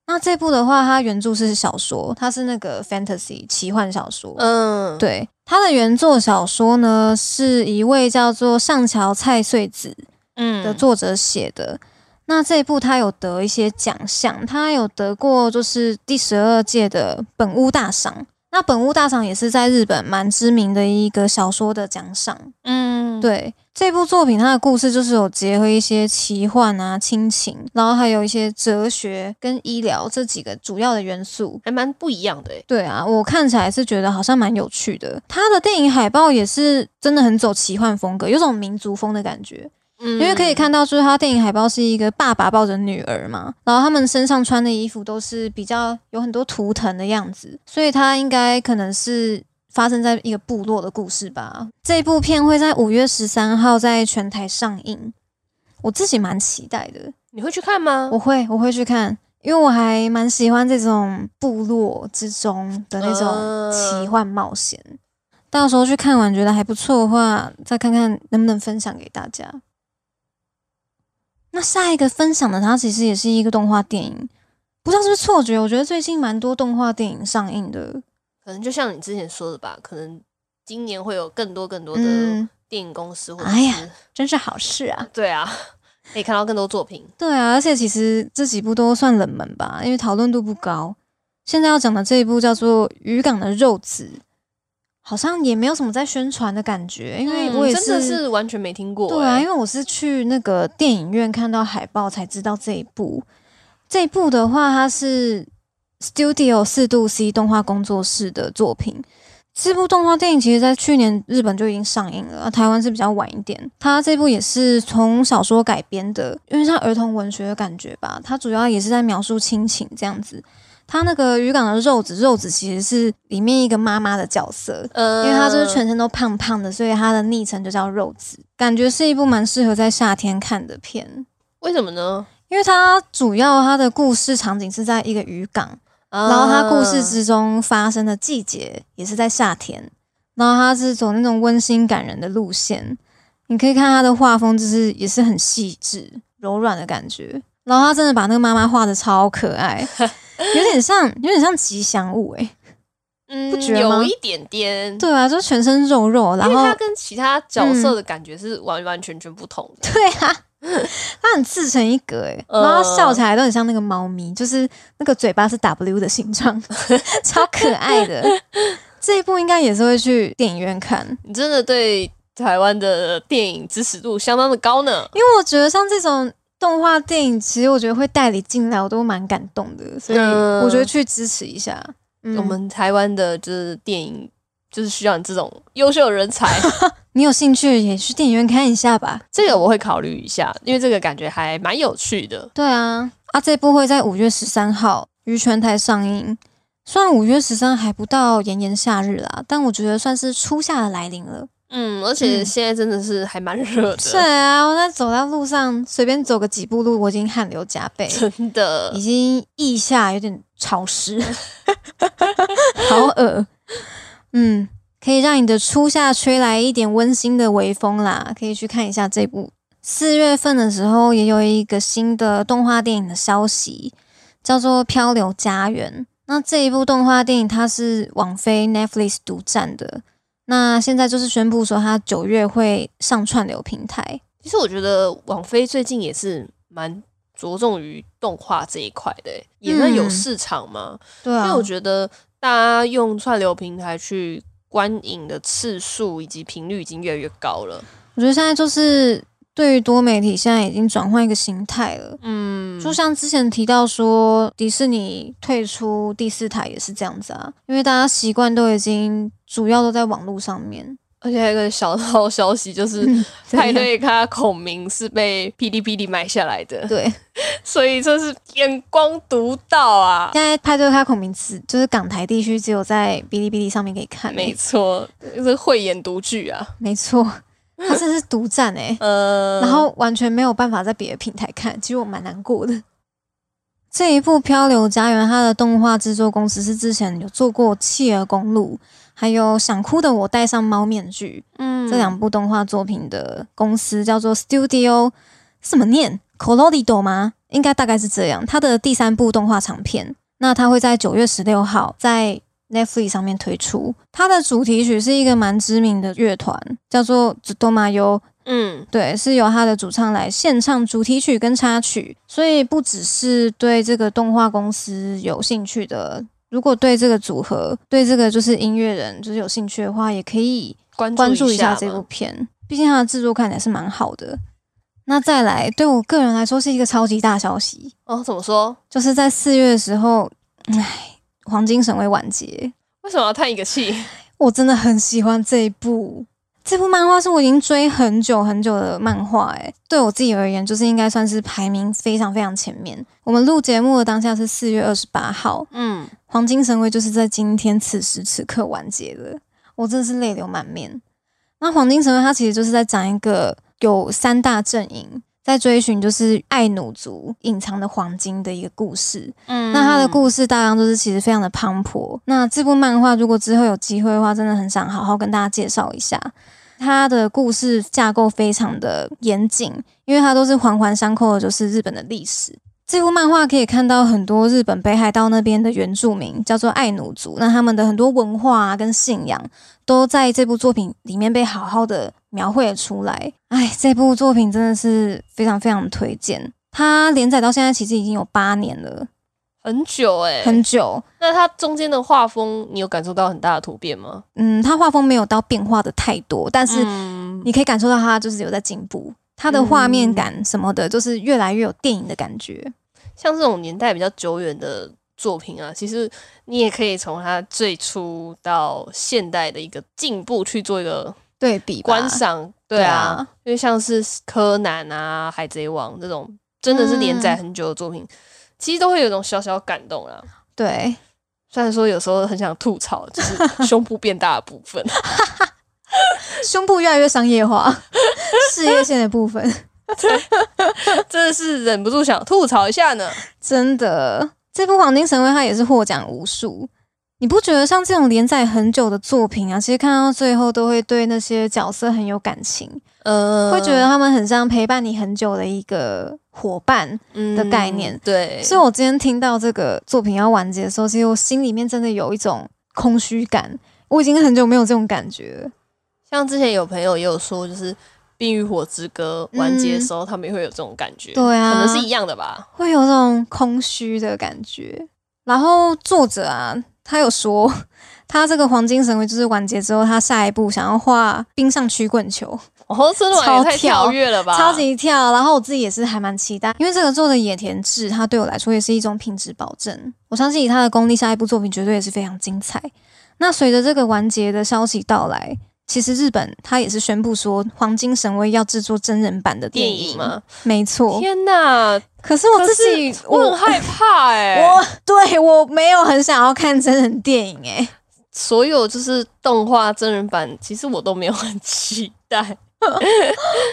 [SPEAKER 1] 那这部的话，它原著是小说，它是那个 fantasy 奇幻小说。
[SPEAKER 2] 嗯，
[SPEAKER 1] 对，它的原作小说呢，是一位叫做上桥菜穗子
[SPEAKER 2] 嗯
[SPEAKER 1] 的作者写的。那这一部他有得一些奖项，他有得过就是第十二届的本屋大赏。那本屋大赏也是在日本蛮知名的一个小说的奖赏。
[SPEAKER 2] 嗯，
[SPEAKER 1] 对这部作品，它的故事就是有结合一些奇幻啊、亲情，然后还有一些哲学跟医疗这几个主要的元素。
[SPEAKER 2] 还蛮不一样的、哎。
[SPEAKER 1] 对啊，我看起来是觉得好像蛮有趣的。它的电影海报也是真的很走奇幻风格，有种民族风的感觉。
[SPEAKER 2] 嗯
[SPEAKER 1] 因为可以看到，就是他电影海报是一个爸爸抱着女儿嘛，然后他们身上穿的衣服都是比较有很多图腾的样子，所以他应该可能是发生在一个部落的故事吧。这部片会在五月十三号在全台上映，我自己蛮期待的，
[SPEAKER 2] 你会去看吗？
[SPEAKER 1] 我会我会去看。因为我还蛮喜欢这种部落之中的那种
[SPEAKER 2] 嗯
[SPEAKER 1] 奇幻冒险，到时候去看完觉得还不错的话，再看看能不能分享给大家。那下一个分享的，它其实也是一个动画电影，不知道是不是错觉，我觉得最近蛮多动画电影上映的，
[SPEAKER 2] 可能就像你之前说的吧，可能今年会有更多更多的哦
[SPEAKER 1] 嗯，
[SPEAKER 2] 电影公司或者是、
[SPEAKER 1] 哎呀真是好事啊！
[SPEAKER 2] 对啊， (laughs) 可以看到更多作品。
[SPEAKER 1] 对啊，而且其实这几部都算冷门吧，因为讨论度不高。现在要讲的这一部叫做《渔港的肉子》，好像也没有什么在宣传的感觉，因为我也
[SPEAKER 2] 嗯、真的
[SPEAKER 1] 是
[SPEAKER 2] 是完全没听过、
[SPEAKER 1] 对啊，
[SPEAKER 2] 哎
[SPEAKER 1] 因为我是去那个电影院看到海报才知道这一部。这一部的话，它是 Studio 四度 C 动画工作室的作品。这部动画电影其实在去年日本就已经上映了，啊台湾是比较晚一点。它这部也是从小说改编的，因为像儿童文学的感觉吧。它主要也是在描述亲情这样子。它那个渔港的肉子，肉子其实是里面一个妈妈的角色，
[SPEAKER 2] 呃，
[SPEAKER 1] 因为它就是全身都胖胖的，所以它的昵称就叫肉子。感觉是一部蛮适合在夏天看的片，
[SPEAKER 2] 为什么呢？
[SPEAKER 1] 因为它主要它的故事场景是在一个渔港，
[SPEAKER 2] 然
[SPEAKER 1] 然后它故
[SPEAKER 2] 呃嗯
[SPEAKER 1] 事之中发生的季节也是在夏天，然后它是走那种温馨感人的路线。你可以看它的画风，就是也是很细致、柔软的感觉。然后他真的把那个妈妈画的超可
[SPEAKER 2] (laughs)
[SPEAKER 1] 爱，有点像有点像吉祥物诶、
[SPEAKER 2] 嗯
[SPEAKER 1] 不觉得吗
[SPEAKER 2] 有一点点，
[SPEAKER 1] 对哦嗯啊，就全身肉肉，然
[SPEAKER 2] 因为
[SPEAKER 1] 后
[SPEAKER 2] 它跟其他角色的感觉是完完全全不同的。
[SPEAKER 1] (laughs) 对啊，它很自成一格哎，
[SPEAKER 2] 嗯
[SPEAKER 1] 然后它笑起来都很像那个猫咪，就是那个嘴巴是 W 的形
[SPEAKER 2] (laughs)
[SPEAKER 1] 状，超可爱的。这一部应该也是会去电影院看，
[SPEAKER 2] 你真的对台湾的电影支持度相当的高呢。
[SPEAKER 1] 因为我觉得像这种动画电影，其实我觉得会带你进来，我都蛮感动的，所以
[SPEAKER 2] 嗯
[SPEAKER 1] 我觉得去支持一下。嗯
[SPEAKER 2] 我们台湾的就是电影，就是需要你这种优秀的人才。
[SPEAKER 1] 你有兴趣也去电影院看一下吧。
[SPEAKER 2] 这个我会考虑一下，因为这个感觉还蛮有趣的。
[SPEAKER 1] 对啊，啊，这部会在五月十三号于全台上映。虽然五月十三还不到炎炎夏日啦，但我觉得算是初夏的来临了。
[SPEAKER 2] 嗯，而且
[SPEAKER 1] 嗯
[SPEAKER 2] 现在真的是还蛮热的，
[SPEAKER 1] 是啊，我在走到路上，随便走个几步路，我已经汗流浃背，
[SPEAKER 2] 真的
[SPEAKER 1] 已。经腋下有点潮湿， (laughs) 好恶。嗯，可以让你的初夏吹来一点温馨的微风啦，可以去看一下这部。四月份的时候也有一个新的动画电影的消息，叫做《漂流家园》。那这一部动画电影它是网飞 Netflix 独占的，那现在就是宣布说它九月会上串流平台。
[SPEAKER 2] 其实我觉得网飞最近也是蛮着重于动画这一块的、欸也算有市场嘛。
[SPEAKER 1] 对啊，
[SPEAKER 2] 因为我觉得大家用串流平台去观影的次数以及频率已经越来越高了。
[SPEAKER 1] 我觉得现在就是对于多媒体，现在已经转换一个形态了。
[SPEAKER 2] 嗯，
[SPEAKER 1] 就像之前提到说，迪士尼退出第四台也是这样子啊，因为大家习惯都已经主要都在网络上面。
[SPEAKER 2] 而且还有一个小道消息， (laughs) 就是
[SPEAKER 1] 嗯
[SPEAKER 2] (laughs) 派对咖孔明是被哔哩哔哩买下来的，
[SPEAKER 1] 对，
[SPEAKER 2] 所以这是眼光独到 (laughs) 啊。
[SPEAKER 1] 现在派对开孔名字就是港台地区只有在哔哩哔哩上面可以看、
[SPEAKER 2] 没
[SPEAKER 1] 欸，
[SPEAKER 2] 错，是慧眼独具啊。
[SPEAKER 1] 没错，
[SPEAKER 2] (laughs)
[SPEAKER 1] 它真是独占哎、
[SPEAKER 2] 呃，
[SPEAKER 1] 然后完全没有办法在别的平台看，其实我蛮难过的。这一部《漂流家园》，它的动画制作公司是之前有做过《弃儿公路》，还有《想哭的我戴上猫面具》
[SPEAKER 2] 嗯
[SPEAKER 1] 这两部动画作品的公司叫做 Studio，是怎么念 c o l o r i d o 吗？应该大概是这样。它的第三部动画长片，那它会在九月十六号在 Netflix 上面推出。它的主题曲是一个蛮知名的乐团，叫做 z d o m a y o
[SPEAKER 2] 嗯，
[SPEAKER 1] 对，是由他的主唱来献唱主题曲跟插曲，所以不只是对这个动画公司有兴趣的，如果对这个组合、对这个就是音乐人就是有兴趣的话，也可以
[SPEAKER 2] 关
[SPEAKER 1] 关注
[SPEAKER 2] 一
[SPEAKER 1] 一下
[SPEAKER 2] 嘛
[SPEAKER 1] 这部片，毕竟它的制作看起来是蛮好的。那再来，对我个人来说是一个超级大消息，
[SPEAKER 2] 哦，怎么说？
[SPEAKER 1] 就是在四月的时候，唉，《黄金神威》完结，
[SPEAKER 2] 为什么要叹一个气？
[SPEAKER 1] (laughs) 我真的很喜欢这一部。这部漫画是我已经追很久很久的漫画，诶，对我自己而言，就是应该算是排名非常非常前面。我们录节目的当下是四月二十八号，《
[SPEAKER 2] 嗯，
[SPEAKER 1] 黄金神威》就是在今天此时此刻完结的，我真的是泪流满面。那《黄金神威》它其实就是在讲一个有三大阵营在追寻就是爱奴族隐藏的黄金的一个故事。
[SPEAKER 2] 嗯
[SPEAKER 1] 那他的故事大纲就是其实非常的磅礴。那这部漫画如果之后有机会的话，真的很想好好跟大家介绍一下。它的故事架构非常的严谨，因为它都是环环相扣的，就是日本的历史。这部漫画可以看到很多日本北海道那边的原住民，叫做爱奴族，那他们的很多文化啊跟信仰都在这部作品里面被好好的描绘了出来。哎，这部作品真的是非常非常推荐。它连载到现在其实已经有八年了，
[SPEAKER 2] 很久哎、
[SPEAKER 1] 很久。
[SPEAKER 2] 那它中间的画风，你有感受到很大的突变吗？
[SPEAKER 1] 嗯，他画风没有到变化的太多，但是
[SPEAKER 2] 嗯
[SPEAKER 1] 你可以感受到他就是有在进步，他的画面感什么的，就是越来越有电影的感觉。
[SPEAKER 2] 像这种年代比较久远的作品啊，其实你也可以从它最初到现代的一个进步去做一个
[SPEAKER 1] 对比吧
[SPEAKER 2] 观，赏。对啊，，因为像是柯南啊、海贼王这种真的是连
[SPEAKER 1] 嗯
[SPEAKER 2] 载很久的作品，其实都会有一种小小感动啊。
[SPEAKER 1] 对，
[SPEAKER 2] 虽然说有时候很想吐槽，就是
[SPEAKER 1] (laughs)
[SPEAKER 2] 胸部变大的部分， (laughs)
[SPEAKER 1] 胸部越来越商业化， (laughs) 事业线的部分， (laughs)
[SPEAKER 2] 真的是忍不住想吐槽一下呢。
[SPEAKER 1] 真的，这部《黄金神威》它也是获奖无数。你不觉得像这种连载很久的作品啊，其实看到最后都会对那些角色很有感情，
[SPEAKER 2] 呃，
[SPEAKER 1] 会觉得他们很像陪伴你很久的一个伙伴，的概念
[SPEAKER 2] 嗯对，
[SPEAKER 1] 所以我今天听到这个作品要完结的时候，其实我心里面真的有一种空虚感。我已经很久没有这种感觉了。
[SPEAKER 2] 像之前有朋友也有说，就是冰与火之歌》完结的时候，他们也会有这种感觉，
[SPEAKER 1] 嗯对啊
[SPEAKER 2] 可能是一样的吧。
[SPEAKER 1] 会有那种空虚的感觉。然后作者啊，他有说， (laughs) 他这个《黄金神威》就是完结之后，他下一步想要画冰上曲棍球，
[SPEAKER 2] 哦，真的
[SPEAKER 1] 超
[SPEAKER 2] 也太
[SPEAKER 1] 跳
[SPEAKER 2] 跳跃了吧，
[SPEAKER 1] 超级跳。然后我自己也是还蛮期待，因为这个做的野田智，他对我来说也是一种品质保证。我相信以他的功力，下一部作品绝对也是非常精彩。那随着这个完结的消息到来，其实日本他也是宣布说，《黄金神威》要制作真人版的
[SPEAKER 2] 电
[SPEAKER 1] 电
[SPEAKER 2] 影
[SPEAKER 1] 影
[SPEAKER 2] 吗？
[SPEAKER 1] 没错，
[SPEAKER 2] 天哪，
[SPEAKER 1] 可是我
[SPEAKER 2] 可
[SPEAKER 1] 自
[SPEAKER 2] 是
[SPEAKER 1] 己
[SPEAKER 2] 我很害怕哎、
[SPEAKER 1] 我对我没有很想要看真人电影欸诶、
[SPEAKER 2] 所有就是动画真人版，其实我都没有很期待。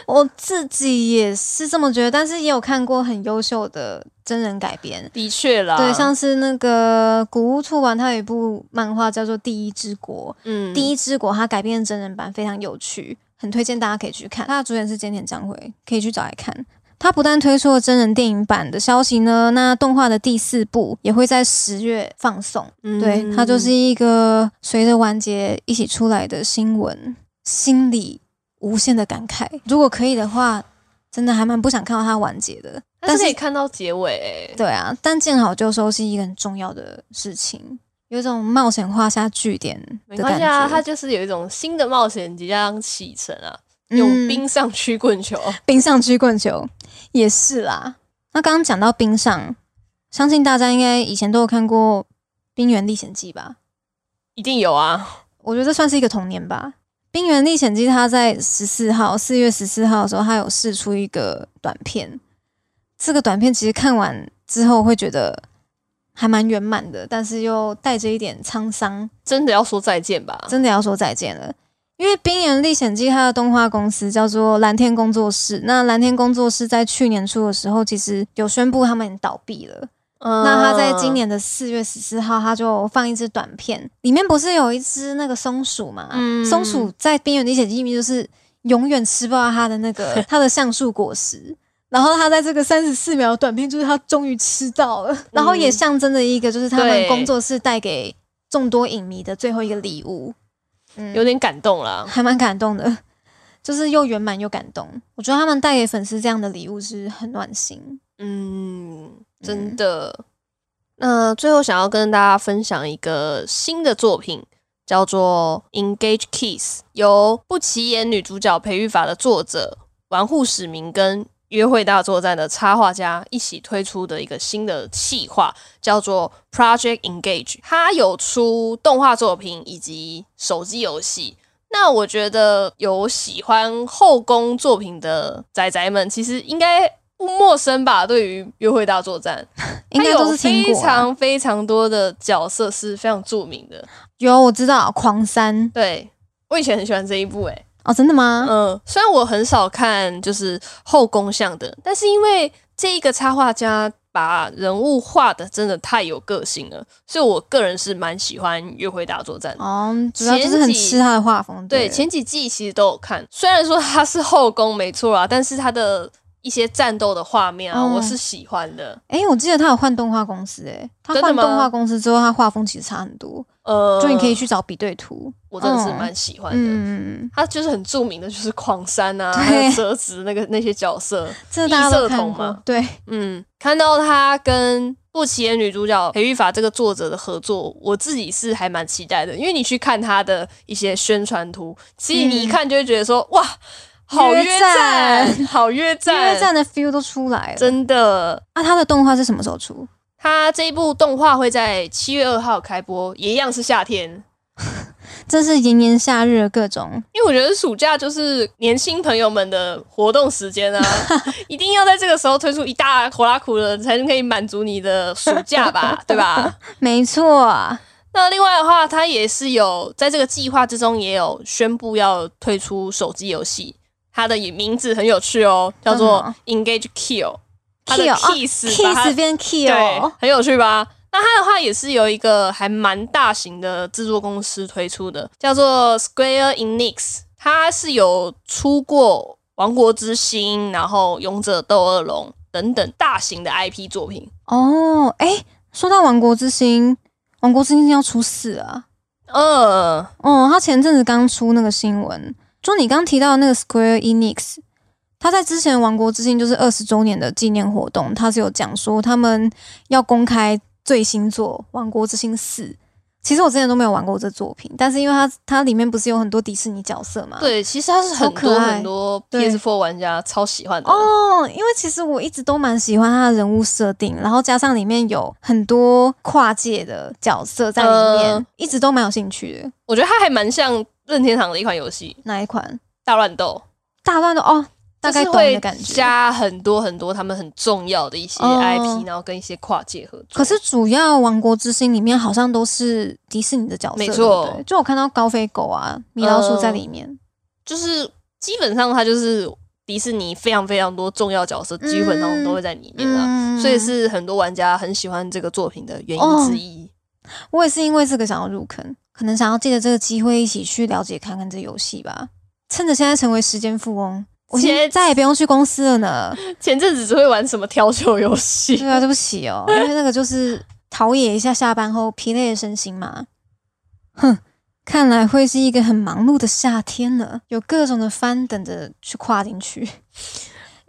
[SPEAKER 1] 我自己也是这么觉得，但是也有看过很优秀的真人改编，
[SPEAKER 2] (laughs) 的确啦，
[SPEAKER 1] 对，像是那个古屋处完，它有一部漫画叫做《第一之国》，
[SPEAKER 2] 嗯
[SPEAKER 1] 第一之国》它改编的真人版非常有趣，很推荐大家可以去看。它的主演是菅田将晖，可以去找来看。它不但推出了真人电影版的消息呢，那动画的第四部也会在十月放送。
[SPEAKER 2] 嗯
[SPEAKER 1] 对，它就是一个随着完结一起出来的新闻，心里无限的感慨。如果可以的话，真的还蛮不想看到它完结的。
[SPEAKER 2] 但
[SPEAKER 1] 但
[SPEAKER 2] 是
[SPEAKER 1] 是
[SPEAKER 2] 可以看到结尾、欸，
[SPEAKER 1] 对啊，但见好就收是一个很重要的事情，有一种冒险画下句点
[SPEAKER 2] 没
[SPEAKER 1] 的
[SPEAKER 2] 关
[SPEAKER 1] 感
[SPEAKER 2] 系
[SPEAKER 1] 觉。
[SPEAKER 2] 啊，它就是有一种新的冒险即将启程啊，用
[SPEAKER 1] 嗯
[SPEAKER 2] 冰上曲棍球。
[SPEAKER 1] 冰上曲棍球也是啦。那刚刚讲到冰上，相信大家应该以前都有看过《冰原历险记》吧？
[SPEAKER 2] 一定有啊！
[SPEAKER 1] 我觉得这算是一个童年吧。《冰原历险记》它在十四号，四月十四号的时候，它有试出一个短片。这个短片其实看完之后会觉得还蛮圆满的，但是又带着一点沧桑，
[SPEAKER 2] 真的要说再见吧？
[SPEAKER 1] 真的要说再见了。因为《冰原历险记》它的动画公司叫做蓝天工作室，那蓝天工作室在去年初的时候，其实有宣布他们倒闭了。
[SPEAKER 2] 嗯
[SPEAKER 1] 那他在今年的四月十四号，他就放一支短片，里面不是有一只那个松鼠嘛？
[SPEAKER 2] 嗯
[SPEAKER 1] 松鼠在《边缘历险记》里面就是永远吃不到它的那
[SPEAKER 2] (laughs)
[SPEAKER 1] 个它的橡树果实。然后他在这个三十四秒短片，就是他终于吃到了，然后也象征着一个就是他们
[SPEAKER 2] 对
[SPEAKER 1] 工作室带给众多影迷的最后一个礼物。嗯
[SPEAKER 2] 有点感动啦。
[SPEAKER 1] 还蛮感动的，就是又圆满又感动。我觉得他们带给粉丝这样的礼物是很暖心。
[SPEAKER 2] 嗯，真的。那最后想要跟大家分享一个新的作品，叫做《Engage Kiss》，由不起眼女主角培育法的作者玩户史明跟《约会大作战》的插画家一起推出的一个新的企划，叫做 Project Engage。它有出动画作品以及手机游戏。那我觉得有喜欢后宫作品的仔仔们，其实应该不陌生吧？对于《约会大作战》，
[SPEAKER 1] (laughs) 应该都是
[SPEAKER 2] 它
[SPEAKER 1] 听
[SPEAKER 2] 有非
[SPEAKER 1] 过啊、
[SPEAKER 2] 常非常多的角色是非常著名的。
[SPEAKER 1] 有我知道《狂三》
[SPEAKER 2] 对我以前很喜欢这一部、欸，诶，
[SPEAKER 1] 哦，真的吗？
[SPEAKER 2] 嗯，虽然我很少看就是后宫向的，但是因为这一个插画家把人物画的真的太有个性了，所以我个人是蛮喜欢《约会大作战》的。
[SPEAKER 1] 哦，主要就是很吃他的画风。
[SPEAKER 2] 对，呃前几季其实都有看，虽然说它是后宫没错啊，但是它的一些战斗的画面啊，
[SPEAKER 1] 嗯
[SPEAKER 2] 我是喜欢的。
[SPEAKER 1] 哎、我记得他有换动画公司、诶，他换
[SPEAKER 2] 真的吗
[SPEAKER 1] 动画公司之后，他画风其实差很多，
[SPEAKER 2] 呃，
[SPEAKER 1] 就你可以，去找比对图。
[SPEAKER 2] 我真的是蛮喜欢的。
[SPEAKER 1] 嗯，
[SPEAKER 2] 它就是很著名的，就是狂山啊，
[SPEAKER 1] 对
[SPEAKER 2] 还有折纸那个那些角色，
[SPEAKER 1] 这大家都
[SPEAKER 2] 异色
[SPEAKER 1] 看
[SPEAKER 2] 瞳
[SPEAKER 1] 过
[SPEAKER 2] 嘛。
[SPEAKER 1] 对，
[SPEAKER 2] 嗯，看到他跟不起眼女主角裴玉法这个作者的合作，我自己是还蛮期待的，因为你去看他的一些宣传图，其实你一看就会觉得说，哇，好
[SPEAKER 1] 嗯约
[SPEAKER 2] 约
[SPEAKER 1] 战
[SPEAKER 2] 战，好约
[SPEAKER 1] 因
[SPEAKER 2] 战，
[SPEAKER 1] 为这样的 feel 都出来了。
[SPEAKER 2] 真的。
[SPEAKER 1] 啊，他的动画是什么时候出？
[SPEAKER 2] 他这一部动画会在七月二号开播，也一样是夏天，
[SPEAKER 1] 真是炎炎夏日的各种
[SPEAKER 2] 因为我觉得暑假就是年轻朋友们的活动时间
[SPEAKER 1] (laughs)
[SPEAKER 2] 啊，一定要在这个时候推出一大火拉苦的，才能可以满足你的暑假
[SPEAKER 1] (laughs)
[SPEAKER 2] 吧，对吧？
[SPEAKER 1] 没错啊，
[SPEAKER 2] 那另外的话，它也是有在这个计划之中，也有宣布要推出手机游戏，它的名字很有趣哦，叫做 Engage Kill，它的
[SPEAKER 1] Kill，哦
[SPEAKER 2] Kiss 把它
[SPEAKER 1] kiss 变 kill，
[SPEAKER 2] 对，很有趣吧？那它的话也是有一个还蛮大型的制作公司推出的，叫做 Square Enix，它是有出过《王国之心》，然后《勇者斗恶龙》等等大型的 IP 作品。
[SPEAKER 1] 哦，哎、说到《王国之心》，《王国之心》要出四啊。
[SPEAKER 2] 呃，
[SPEAKER 1] 哦，他前阵子刚出那个新闻，就你刚提到的那个 Square Enix，他在之前《王国之心》就是二十周年的纪念活动，他是有讲说他们要公开最新作《王国之心四》。其实我之前都没有玩过这作品，但是因为它它里面不是有很多迪士尼角色嘛？
[SPEAKER 2] 对，其实它是很
[SPEAKER 1] 超可
[SPEAKER 2] 多
[SPEAKER 1] 爱
[SPEAKER 2] 很多
[SPEAKER 1] 对
[SPEAKER 2] PS4 玩家超喜欢的。
[SPEAKER 1] 哦，因为其实我一直都蛮喜欢它的人物设定，然后加上里面有很多跨界的角色在里面，
[SPEAKER 2] 嗯
[SPEAKER 1] 一直都蛮有兴趣的。
[SPEAKER 2] 我觉得它还蛮像任天堂的一款游戏《
[SPEAKER 1] 哪一款？
[SPEAKER 2] 大乱斗》，
[SPEAKER 1] 大乱斗哦，大概
[SPEAKER 2] 就
[SPEAKER 1] 懂
[SPEAKER 2] 是
[SPEAKER 1] 你的
[SPEAKER 2] 会
[SPEAKER 1] 感觉。
[SPEAKER 2] 加很多很多他们很重要的一些
[SPEAKER 1] 哦
[SPEAKER 2] IP，然后跟一些跨界合作。
[SPEAKER 1] 可是主要《王国之心》里面好像都是迪士尼的角色，
[SPEAKER 2] 没错
[SPEAKER 1] 对不对就我看到高飞狗啊、米老鼠在里面，
[SPEAKER 2] 就是基本上它就是迪士尼非常非常多重要角色，
[SPEAKER 1] 嗯
[SPEAKER 2] 基本上都会在里面啊，
[SPEAKER 1] 嗯
[SPEAKER 2] 所以是很多玩家很喜欢这个作品的原因之一。
[SPEAKER 1] 哦我也是因为这个想要入坑，可能想要借着这个机会一起去了解看看这游戏吧。趁着现在成为时间富翁，我现在
[SPEAKER 2] 切
[SPEAKER 1] 再也不用去公司了呢。
[SPEAKER 2] 前阵子只会玩什么挑球游戏 (laughs)
[SPEAKER 1] 对，啊，对不起哦，因为那个就是陶冶一下下班后疲累的身心嘛。哼，看来会是一个很忙碌的夏天了，有各种的翻等着去跨进
[SPEAKER 2] (laughs)
[SPEAKER 1] 去。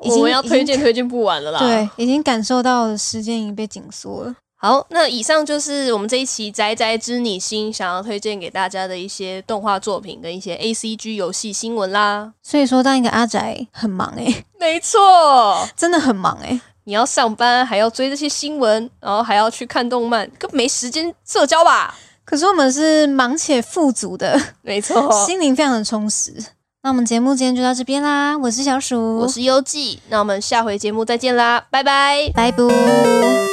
[SPEAKER 1] 已经
[SPEAKER 2] 我们要推
[SPEAKER 1] 已经
[SPEAKER 2] 荐推荐不完了啦。
[SPEAKER 1] 对，已经感受到了时间已经被紧缩了。
[SPEAKER 2] 好，那以上就是我们这一期《宅宅之你心》想要推荐给大家的一些动画作品跟一些 A C G 游戏新闻啦。
[SPEAKER 1] 所以说，当一个阿宅很忙诶、
[SPEAKER 2] 没错，
[SPEAKER 1] (laughs) 真的很忙诶、
[SPEAKER 2] (laughs)
[SPEAKER 1] 欸
[SPEAKER 2] 你要上班，还要追这些新闻，然后还要去看动漫，更没时间社交吧？
[SPEAKER 1] 可是我们是忙且富足的，
[SPEAKER 2] 没错，
[SPEAKER 1] 心灵非常的充实。那我们节目今天就到这边啦，我是小鼠，
[SPEAKER 2] 我是优记，那我们下回节目再见啦，拜拜。
[SPEAKER 1] 拜拜。